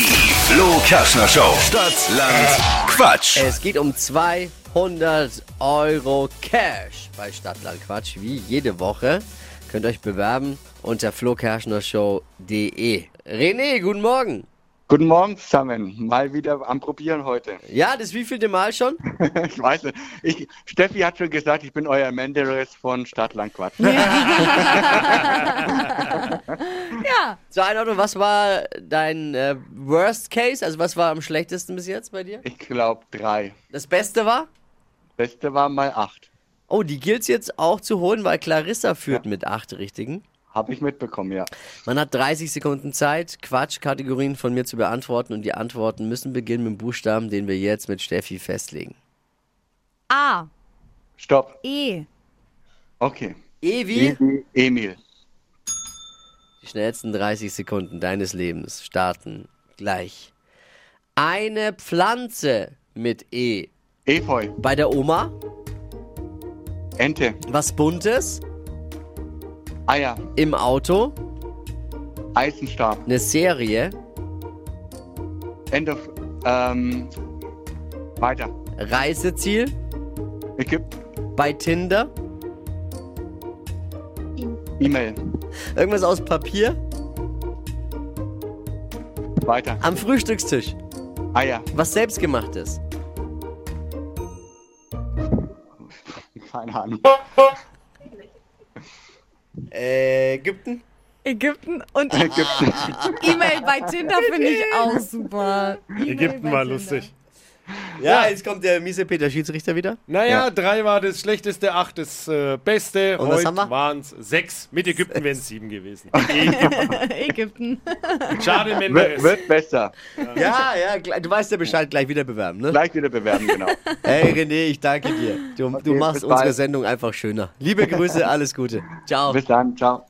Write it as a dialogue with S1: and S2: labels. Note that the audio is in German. S1: Flo Kerschner Show. Stadt, Land, Quatsch.
S2: Es geht um 200 Euro Cash bei Stadtland Quatsch, wie jede Woche. Könnt euch bewerben unter flokerschnershow.de. René, guten Morgen.
S3: Guten Morgen zusammen. Mal wieder am Probieren heute.
S2: Ja, das wievielte Mal schon?
S3: Ich weiß nicht. Ich, Steffi hat schon gesagt, ich bin euer Menderes von Stadtlandquatsch.
S4: Ja,
S2: Zur Einordnung, was war dein äh, Worst Case? Also was war am schlechtesten bis jetzt bei dir?
S3: Ich glaube drei.
S2: Das Beste war?
S3: Beste war mal acht.
S2: Oh, die gilt's jetzt auch zu holen, weil Clarissa führt mit acht richtigen.
S3: Habe ich mitbekommen, ja.
S2: Man hat 30 Sekunden Zeit, Quatschkategorien von mir zu beantworten und die Antworten müssen beginnen mit dem Buchstaben, den wir jetzt mit Steffi festlegen.
S4: A,
S3: Stopp.
S4: E,
S3: Okay. E,
S2: Ewi,
S3: Emil.
S2: die schnellsten 30 Sekunden deines Lebens starten gleich. Eine Pflanze mit E.
S3: Efeu.
S2: Bei der Oma,
S3: Ente.
S2: was Buntes,
S3: Eier.
S2: im Auto,
S3: Eisenstab.
S2: eine Serie,
S3: End of. Ähm, weiter.
S2: Reiseziel,
S3: Ägypten.
S2: bei Tinder,
S3: E-Mail.
S2: irgendwas aus Papier,
S3: Weiter.
S2: am Frühstückstisch,
S3: Eier.
S2: was selbstgemachtes.
S3: Keine Ahnung.
S2: Äh, Ägypten?
S4: Ägypten und
S3: Ägypten.
S4: E-Mail bei Tinder finde ich auch super.
S5: Ägypten war lustig.
S2: Ja, jetzt kommt der miese Peter Schiedsrichter wieder.
S5: Naja,
S3: Ja.
S5: drei war das Schlechteste, acht das äh, Beste.
S2: Und was
S5: Heute
S2: haben wir?
S5: waren es sechs. Mit Ägypten wären es sieben gewesen.
S4: Ägypten.
S5: Schade,
S3: W-
S5: Menderes.
S3: wird besser.
S2: Ja, ja, gl- du weißt ja Bescheid, gleich wieder bewerben, ne?
S3: Gleich wieder bewerben, genau.
S2: Hey René, ich danke dir. Du, du
S3: Okay,
S2: machst
S3: bis
S2: unsere
S3: bald.
S2: Sendung einfach schöner. Liebe Grüße, alles Gute. Ciao.
S3: Bis dann. Ciao.